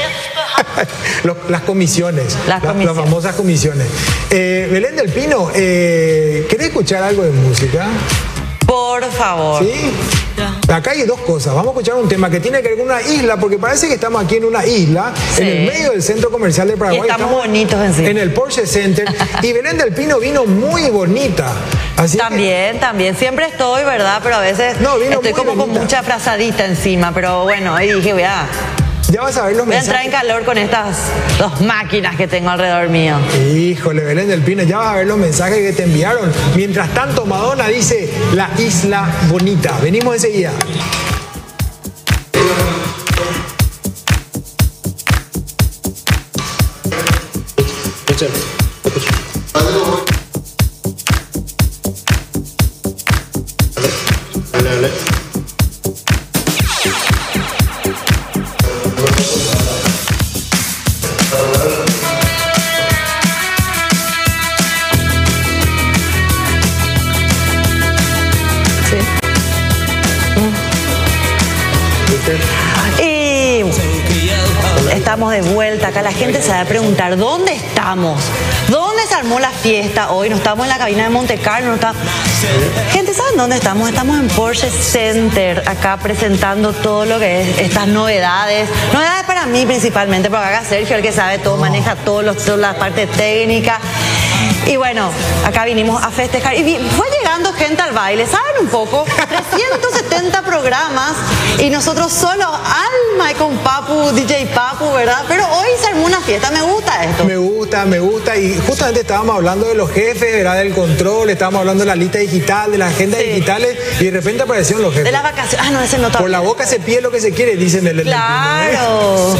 Lo- las comisiones. Las la- comisiones. famosas comisiones. Eh, Belén del Pino, eh, ¿querés escuchar algo de música? Por favor. Sí. Acá hay dos cosas. Vamos a escuchar un tema que tiene que ver con una isla, porque parece que estamos aquí en una isla, Sí. en el medio del centro comercial de Paraguay. Y estamos bonitos encima. En el Porsche Center. y Belén del Pino vino muy bonita. Así que- También, también. Siempre estoy, ¿verdad? Pero a veces No, vino estoy muy como con bonita. mucha frazadita encima. Pero bueno, ahí dije, voy a, ya vas a ver los voy a entrar mensajes. en calor con estas dos máquinas que tengo alrededor mío. Híjole, Belén del Pino, ya vas a ver los mensajes que te enviaron. Mientras tanto, Madonna dice la isla bonita. Venimos enseguida. Y estamos de vuelta acá. La gente se va a preguntar, ¿dónde estamos? ¿Dónde se armó la fiesta hoy? No estamos en la cabina de Monte Carlo. no estamos- Gente, ¿saben dónde estamos? Estamos en Porsche Center, acá presentando todo lo que es estas novedades. Novedades para mí principalmente, porque acá Sergio, el que sabe todo, maneja todo, los- toda la parte técnica. Y bueno, acá vinimos a festejar. Y vi- fue llegando gente al baile, ¿saben un poco? 370 programas y nosotros solo, alma y con Papu, DJ Papu, ¿verdad? Pero hoy se armó una fiesta, me gusta esto. Me gusta, me gusta. Y justamente estábamos hablando de los jefes, ¿verdad? Del control, estábamos hablando de la lista digital, de las agendas Sí. digitales, y de repente aparecieron los jefes. De las vacaciones. Ah, no, ese no está. Por la boca se pide lo que se quiere, dicen el ¿eh? Claro.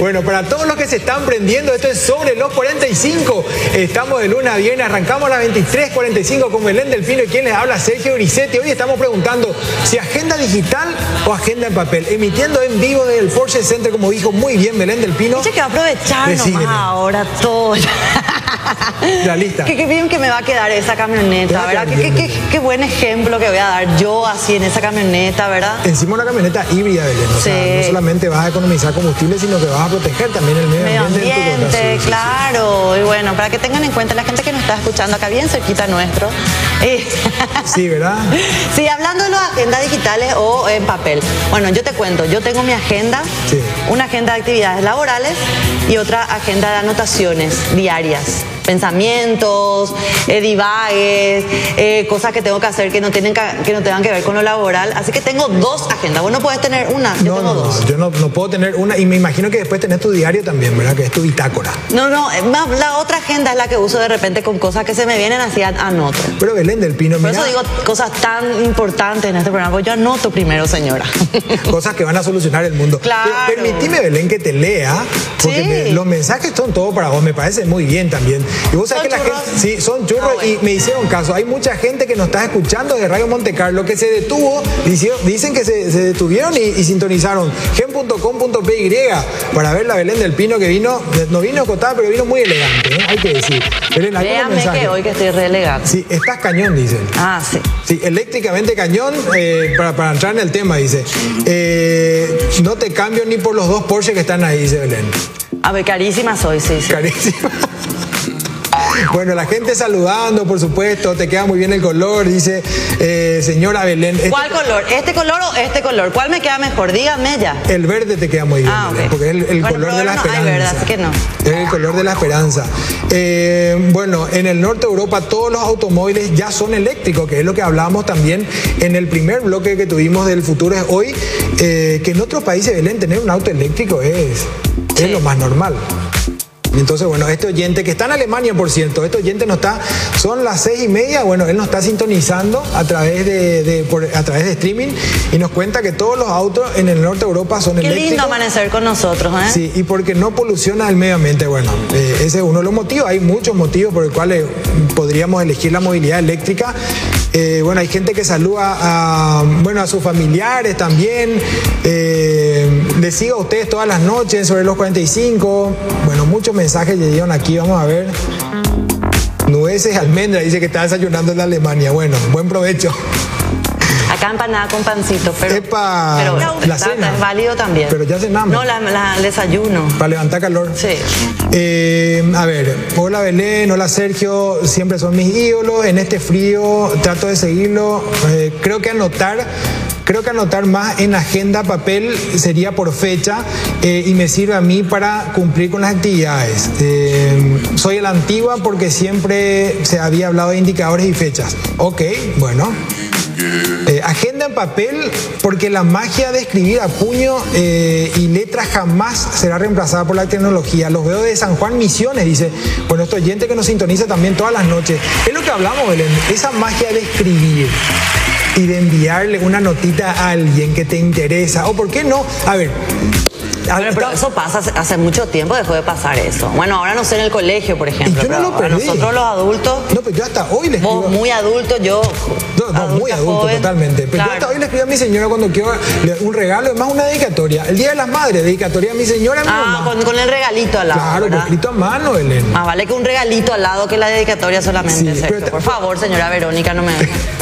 Bueno, para todos los que se están prendiendo, esto es sobre los 45. Estamos de luna a viernes, arrancamos a las 23.45 con Belén Delfino y quien les habla Sergio Grisetti. Hoy estamos preguntando si agenda digital o agenda en papel. Emitiendo en vivo desde el Porsche Center, como dijo muy bien Belén Delfino. Dice que va a aprovechar Decígueme. nomás ahora todo. *laughs* La lista. Qué, qué bien que me va a quedar esa camioneta, Ya te ¿verdad? Qué, qué- qué- qué buen ejemplo que voy a dar yo así en esa camioneta, ¿verdad? Encima una camioneta híbrida, Belén. O sea, Sí. no solamente vas a economizar combustible, sino que vas a proteger también el medio Medio ambiente. en tu casa. Sí, ambiente, sí, sí. claro. Y bueno, para que tengan en cuenta la gente que nos está escuchando acá bien cerquita nuestro. *laughs* Eh, Sí, ¿verdad? Sí, hablando de las agendas digitales o en papel. Bueno, yo te cuento, yo tengo mi agenda, Sí. una agenda de actividades laborales y otra agenda de anotaciones diarias. Pensamientos, eh, divagues, eh, cosas que tengo que hacer que no, tienen que, que no tengan que ver con lo laboral. Así que tengo dos agendas. Vos no podés tener una, yo no, tengo no, no, dos. yo no, no puedo tener una. Y me imagino que después tenés tu diario también, ¿verdad? Que es tu bitácora. No, no, eh, más la otra agenda es la que uso de repente con cosas que se me vienen así an- anoto. Pero Belén del Pino, Por mira, eso digo cosas tan importantes en este programa, porque yo anoto primero, *laughs* señora. cosas que van a solucionar el mundo. Claro. Pero permitime, Belén, que te lea, porque Sí. me- los mensajes son todo para vos, me parece muy bien también. Y vos sabés que ¿Son la gente, churros? sí, son churros Ah, bueno. y me hicieron caso. Hay mucha gente que nos está escuchando de Radio Monte Carlo que se detuvo, dicio- dicen que se, se detuvieron y, y sintonizaron gen.com.py para ver la Belén del Pino que vino, no vino escotada, pero vino muy elegante, ¿eh? hay que decir. Belén, algunos Véanme mensajes. que hoy que estoy relegado. Sí, estás cañón, dicen. Ah, sí. Sí, eléctricamente cañón, eh, para, para entrar en el tema, dice. Eh, no te cambio ni por los Ah, dos Porsche que están ahí, dice Belén. Este A ver, carísima soy, sí, sí. Carísimo. *laughs* Bueno, la gente saludando, por supuesto, te queda muy bien el color, dice eh, señora Belén. este- ¿Cuál color? ¿Este color o este color? ¿Cuál me queda mejor? Dígame ya. El verde te queda muy bien, Ah, ok. Belén, porque es el, el Bueno, color pero de la ahora no hay esperanza. verde, así que no. Es el color de la esperanza. Eh, bueno, en el norte de Europa todos los automóviles ya son eléctricos, que es lo que hablábamos también en el primer bloque que tuvimos del futuro es hoy, eh, que en otros países, Belén, tener un auto eléctrico es, es lo más normal. Y Entonces, bueno, este oyente que está en Alemania, por cierto, este oyente no está, son las seis y media, bueno, él nos está sintonizando a través de, de- por- a través de streaming y nos cuenta que todos los autos en el norte de Europa son Qué eléctricos. lindo amanecer con nosotros, ¿eh? Sí, y porque no poluciona el medio ambiente. Bueno, eh, ese es uno de los motivos. Hay muchos motivos por los cuales podríamos elegir la movilidad eléctrica. Eh, bueno, hay gente que saluda a, bueno, a sus familiares también. Eh, les sigo a ustedes todas las noches sobre los 45. Bueno, muchos mensajes le dieron aquí. Vamos a ver. Nueces, almendra, dice que está desayunando en la Alemania. Bueno, buen provecho. Acá empanada con pancito, pero, Epa, pero la cena. es válido también. Pero ya cenamos. No, la, la- el desayuno. Para levantar calor. Sí. Eh, a ver, hola Belén, hola Sergio, siempre son mis ídolos. En este frío trato de seguirlo. Eh, creo que anotar, creo que anotar más en agenda papel sería por fecha eh, y me sirve a mí para cumplir con las actividades. Eh, soy la antigua porque siempre se había hablado de indicadores y fechas. Ok, bueno. Eh, agenda en papel, porque la magia de escribir a puño eh, y letra jamás será reemplazada por la tecnología. Los veo de San Juan Misiones, dice. Bueno, este oyente que nos sintoniza también todas las noches. Es lo que hablamos, Belén. Esa magia de escribir y de enviarle una notita a alguien que te interesa. O por qué no. A ver. a- Bueno, pero eso pasa hace, hace mucho tiempo dejó de pasar eso. Bueno, ahora no sé en el colegio, por ejemplo. yo no pero lo ahora perdí. Nosotros los adultos, No, pero yo hasta hoy le escribo. vos muy adulto, yo No, no, muy adulta, adulto, joven. totalmente. Pero yo Claro. hasta hoy le escribo a mi señora cuando quiero le- un regalo, es más una dedicatoria. El Día de las Madres, dedicatoria a mi señora, a mi Ah, mamá. con, con el regalito al lado. Claro, pero ¿verdad? escrito a mano, Belén. Más vale que un regalito al lado que la dedicatoria Sí, solamente, pero Sergio. te- Por favor, señora Verónica, no me,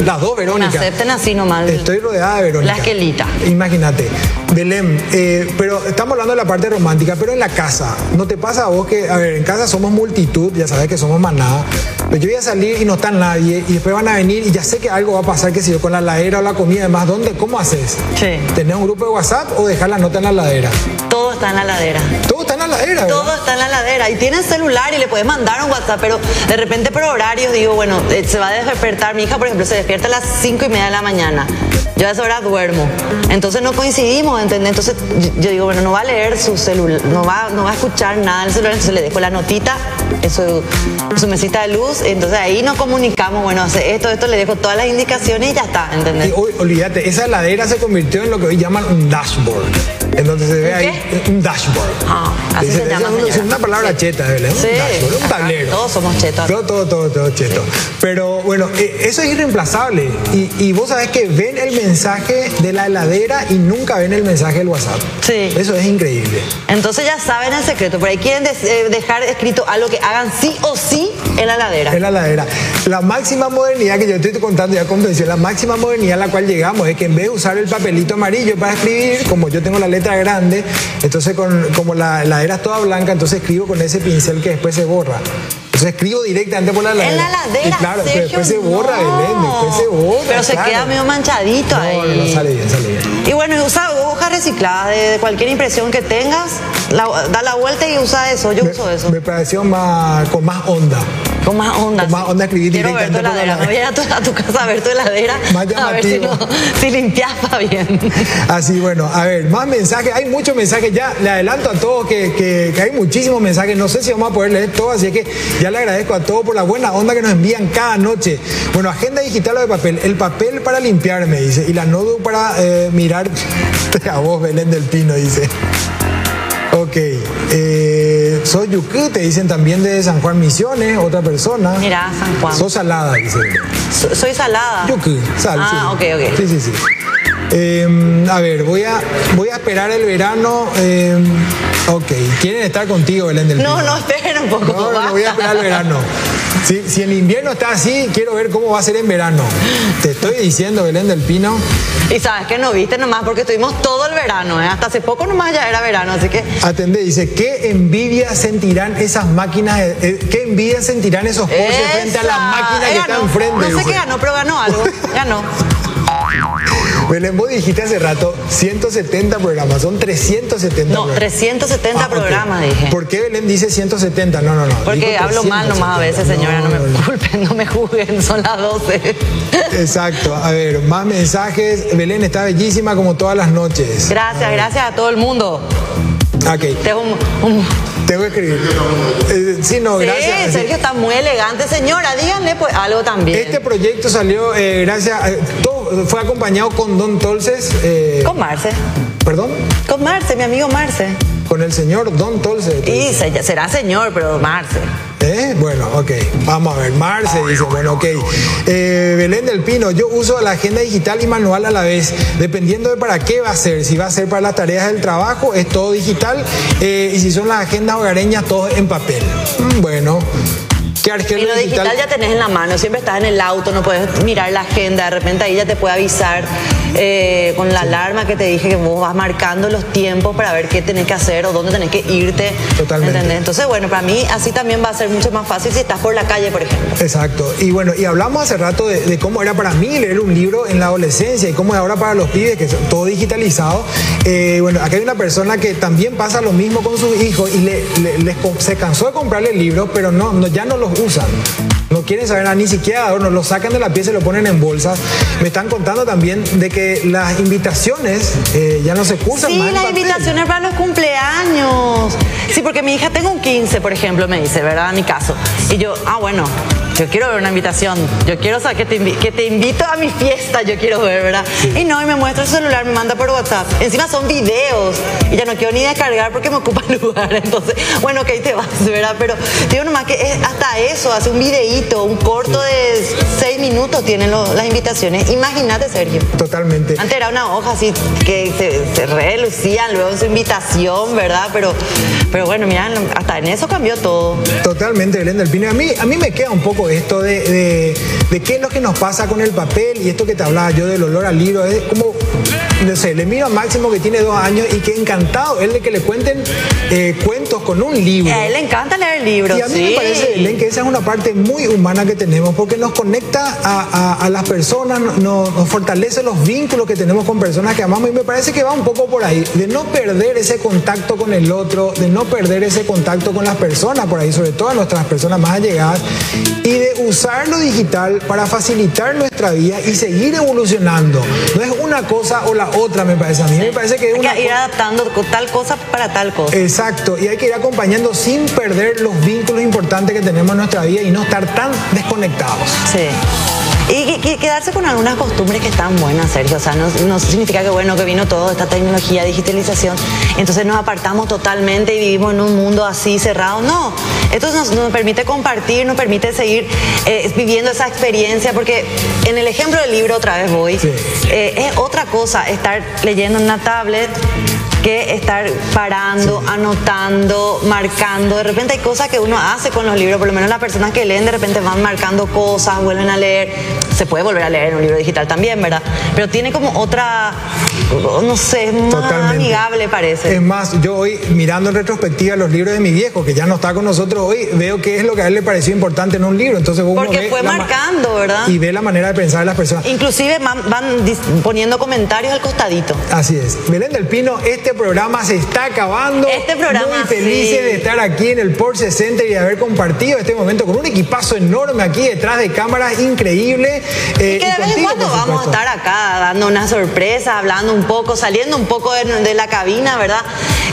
Las dos, me *laughs* Verónica. acepten así nomás. Estoy rodeada de Verónica. La esquelita. Imagínate. Belén, eh, pero estamos hablando de la parte romántica, pero en la casa, ¿no te pasa a vos que, a ver, en casa somos multitud, ya sabes que somos manada, pero yo voy a salir y no está nadie, y después van a venir y ya sé que algo va a pasar, que si yo con la ladera o la comida, además, ¿dónde? ¿Cómo haces? Sí. ¿Tenés un grupo de WhatsApp o dejar la nota en la ladera? Todo está en la ladera. Todo está en la ladera, ¿verdad? Todo está en la ladera. Y tienes celular y le puedes mandar un WhatsApp, pero de repente por horarios digo, bueno, eh, se va a despertar. Mi hija, por ejemplo, se despierta a las 5 y media de la mañana. Yo a esa hora duermo. Entonces no coincidimos, ¿entendés? Entonces yo- yo digo, bueno, no va a leer su celular, no va, no va a escuchar nada del celular, entonces le dejo la notita en su, en su mesita de luz. Entonces ahí nos comunicamos, bueno, hace esto, esto, le dejo todas las indicaciones y ya está, Y ¿entendés? hoy, olvídate, esa heladera se convirtió en lo que hoy llaman un dashboard. En donde se ve ¿Un ahí un dashboard. Ah, así Ese- se esa llama, es una- Es señora. una palabra cheta, ¿verdad? Un Sí, dashboard, un acá tablero. todos somos chetos. Todo, todo, todo, todo cheto. Pero bueno, eh, eso es irreemplazable. Y, y vos sabés que ven el mensaje de la heladera y nunca ven el mensaje del WhatsApp. Sí. Eso es increíble. Entonces ya saben el secreto, por ahí quieren des- eh, dejar escrito algo que hagan sí o sí en la ladera. Es la heladera. La máxima modernidad que yo estoy contando ya convenció, la máxima modernidad a la cual llegamos es que en vez de usar el papelito amarillo para escribir, como yo tengo la letra grande, entonces con, como la heladera es toda blanca, entonces escribo con ese pincel que después se borra. Entonces escribo directamente por la heladera. En la ladera, Y claro, pero Sergio, después se borra, no. Belén, después se borra. Pero se claro. queda medio manchadito ahí. No, no, no, sale bien, sale bien. Y bueno, y usa hojas recicladas de, de cualquier impresión que tengas, la- da la vuelta y usa eso, yo uso eso. Me pareció más, con más onda. con más onda. con más sí. onda escribí Quiero ver tu directamente por la heladera. Me voy a tu, *laughs* a tu casa a ver tu heladera. Más A ver si, llamativo. no, si limpias para *laughs* bien. Así, bueno, a ver, más mensajes. Hay muchos mensajes ya. Le adelanto a todos que, que- que hay muchísimos mensajes. No sé si vamos a poder leer todos, así que ya le agradezco a todos por la buena onda que nos envían cada noche. Bueno, agenda digital o de papel. El papel para limpiarme, dice. Y la nodu para eh, mirar *laughs* a vos, Belén del Pino, dice. Ok. Eh, sos Yucu, te dicen también de San Juan Misiones, otra persona. Mirá, San Juan. Sos salada, dice. So- Soy salada. Yuki, sal, Ah, sí. ok, ok. Sí, sí, Em, sí. Eh, a ver, voy a, voy a esperar el verano. eh, Ok, quieren estar contigo, Belén del No, Pino. no, esperen un poco. No, no, no, voy a basta. esperar el verano. Si, si el invierno está así, quiero ver cómo va a ser en verano. Te estoy diciendo, Belén del Pino. Y sabes que no viste nomás porque estuvimos todo el verano, ¿eh? hasta hace poco nomás ya era verano, así que Atendé, dice, qué envidia sentirán esas máquinas, eh, eh, qué envidia sentirán esos coches frente a la ¡Esa! máquina que Eh, está ganó. enfrente. No sé dice. qué ganó, pero ganó *laughs* algo. Ganó. Belén, vos dijiste hace rato 170 programas, son 370 No, programas. 370 Ah, ok. programas dije. ¿Por qué Belén dice 170? No, no, no. Porque dijo hablo mal nomás a 370. veces, señora, no, no, me no. culpen, no me juzguen, son las 12. Exacto. A ver, más mensajes. Belén está bellísima como todas las *laughs* noches. Gracias, gracias a todo el mundo. Ok, Te un, un- te voy a escribir. Eh, sí, no, Sí, gracias. Sergio está muy elegante, señora, díganle pues algo también. Este proyecto salió eh, gracias. eh, todo fue acompañado con Don Tolces. eh, Con Marce, Perdón, con Marce, mi amigo Marce. con el señor Don Tolces. Y se- será señor, pero Marce. ¿Eh? Bueno, ok. Vamos a ver. Marce dice, bueno, ok. Eh, Belén del Pino, yo uso la agenda digital y manual a la vez, dependiendo de para qué va a ser. Si va a ser para las tareas del trabajo, es todo digital. eh, y si son las agendas hogareñas, todo en papel. Mm, bueno. ¿Qué Y argelo lo digital, ya tenés en la mano, siempre estás en el auto, no puedes mirar la agenda, de repente ahí ya te puede avisar eh, con la alarma que te dije que vos vas marcando los tiempos para ver qué tenés que hacer o dónde tenés que irte. Totalmente. ¿entendés? Entonces, bueno, para mí así también va a ser mucho más fácil si estás por la calle, por ejemplo. Exacto. Y bueno, y hablamos hace rato de, de cómo era para mí leer un libro en la adolescencia y cómo es ahora para los pibes, que es todo digitalizado. Eh, bueno, acá hay una persona que también pasa lo mismo con sus hijos y le- le- les co- se cansó de comprarle libros, pero no, no- ya no los usan. No quieren saber nada, ni siquiera de adorno, lo sacan de la pieza y lo ponen en bolsas. Me están contando también de que las invitaciones eh, ya no se cursan Sí, más en las papel. invitaciones para los cumpleaños. Sí, porque mi hija tengo un 15, por ejemplo, me dice, ¿verdad? Mi caso. Y yo, ah, bueno, yo quiero ver una invitación. Yo quiero o sea, que, te invi- que te invito a mi fiesta, yo quiero ver, ¿verdad? Y no, y me muestra el celular, me manda por WhatsApp. Encima son videos. Y ya no quiero ni descargar porque me ocupa *laughs* lugar. Entonces, bueno, ok, te vas, ¿verdad? Pero digo nomás que es hasta eso, hace un videíto, un corto de seis minutos tienen lo- las invitaciones. Imagínate, Sergio. Totalmente. Antes era una hoja así que se, se relucían luego en su invitación, ¿verdad? Pero, pero bueno, mirá, hasta en eso cambió todo. Totalmente, Belén del Pino. Y A mí, a mí me queda un poco esto de, de- de qué es lo que nos pasa con el papel y esto que te hablaba yo del olor al libro. Es como, no sé, le miro a Máximo que tiene dos años y que encantado él de que le cuenten eh, cuentos con un libro. A él le encanta leer libros, Y a mí sí. me parece, Belén, que esa es una parte muy humana que tenemos, porque nos conecta a, a- a las personas, no- no- nos, fortalece los vínculos que tenemos con personas que amamos, y me parece que va un poco por ahí, de no perder ese contacto con el otro, de no perder ese contacto con las personas por ahí, sobre todo a nuestras personas más allegadas, y de usar lo digital para facilitar nuestra vida y seguir evolucionando. No es una cosa o la otra, me parece a mí, me parece que es Hay una que ir cosa- adaptando co- tal cosa para tal cosa. Exacto, y hay que ir acompañando sin perder los vínculos importantes que tenemos en nuestra vida y no estar tan desconectados. Sí. Y, que- que quedarse con algunas costumbres que están buenas, Sergio. O sea, no, no significa que bueno, que vino toda esta tecnología, digitalización. Entonces nos apartamos totalmente y vivimos en un mundo así cerrado. No. Esto nos, nos permite compartir, nos permite seguir eh, viviendo esa experiencia. Porque en el ejemplo del libro, otra vez voy, Sí. eh, es otra cosa estar leyendo en una tablet que estar parando, anotando, marcando. De repente hay cosas que uno hace con los libros, por lo menos las personas que leen de repente van marcando cosas, vuelven a leer. Se puede volver a leer en un libro digital también, ¿verdad? Pero tiene como otra, no sé, es más Totalmente. amigable parece. Es más, yo hoy mirando en retrospectiva los libros de mi viejo, que ya no está con nosotros hoy, veo qué es lo que a él le pareció importante en un libro. Entonces uno Porque ve fue la ma- marcando, ¿ah? ¿verdad? Y ve la manera de pensar de las personas. Inclusive van, van dis- poniendo comentarios al costadito. Así es. Belén del Pino, este programa se está acabando. Este programa, Muy felices sí. de estar aquí en el Porsche Center y de haber compartido este momento con un equipazo enorme aquí detrás de cámaras, increíble. eh, Y que y de vez en contigo, cuando por vamos a supuesto. estar acá dando una sorpresa, hablando un poco, saliendo un poco de, de la cabina, ¿verdad?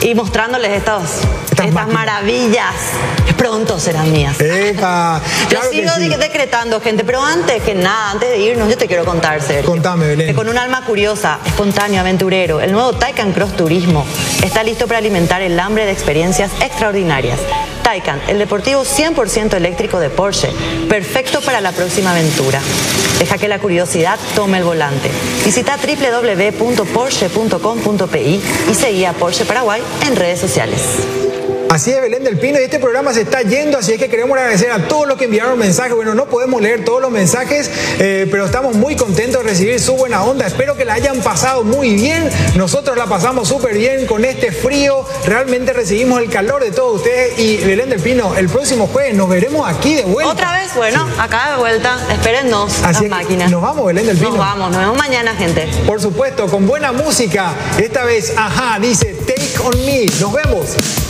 Y mostrándoles estos, estas, máquinas. maravillas. Pronto serán mías. Epa, Yo claro que sigo sí. de- decretando, gente, pero antes que nada, antes de irnos, yo te quiero contar, Sergio. Contame, Belén. Que con un alma curiosa, espontáneo, aventurero, el nuevo Taycan Cross Turismo está listo para alimentar el hambre de experiencias extraordinarias. Taycan, el deportivo 100% eléctrico de Porsche, perfecto para la próxima aventura. Deja que la curiosidad tome el volante. Visita www.porsche.com.pi y seguí a Porsche Paraguay en redes sociales. Así es, Belén del Pino, y este programa se está yendo, así es que queremos agradecer a todos los que enviaron mensajes. Bueno, no podemos leer todos los mensajes, eh, pero estamos muy contentos de recibir su buena onda. Espero que la hayan pasado muy bien. Nosotros la pasamos súper bien con este frío. Realmente recibimos el calor de todos ustedes. Y Belén del Pino, el próximo jueves nos veremos aquí de vuelta. Otra vez, bueno, acá de vuelta. Espérennos, Así es que las máquinas. nos vamos, Belén del Pino. Nos vamos, nos vemos mañana, gente. Por supuesto, con buena música. Esta vez, ajá, dice Take on Me. Nos vemos.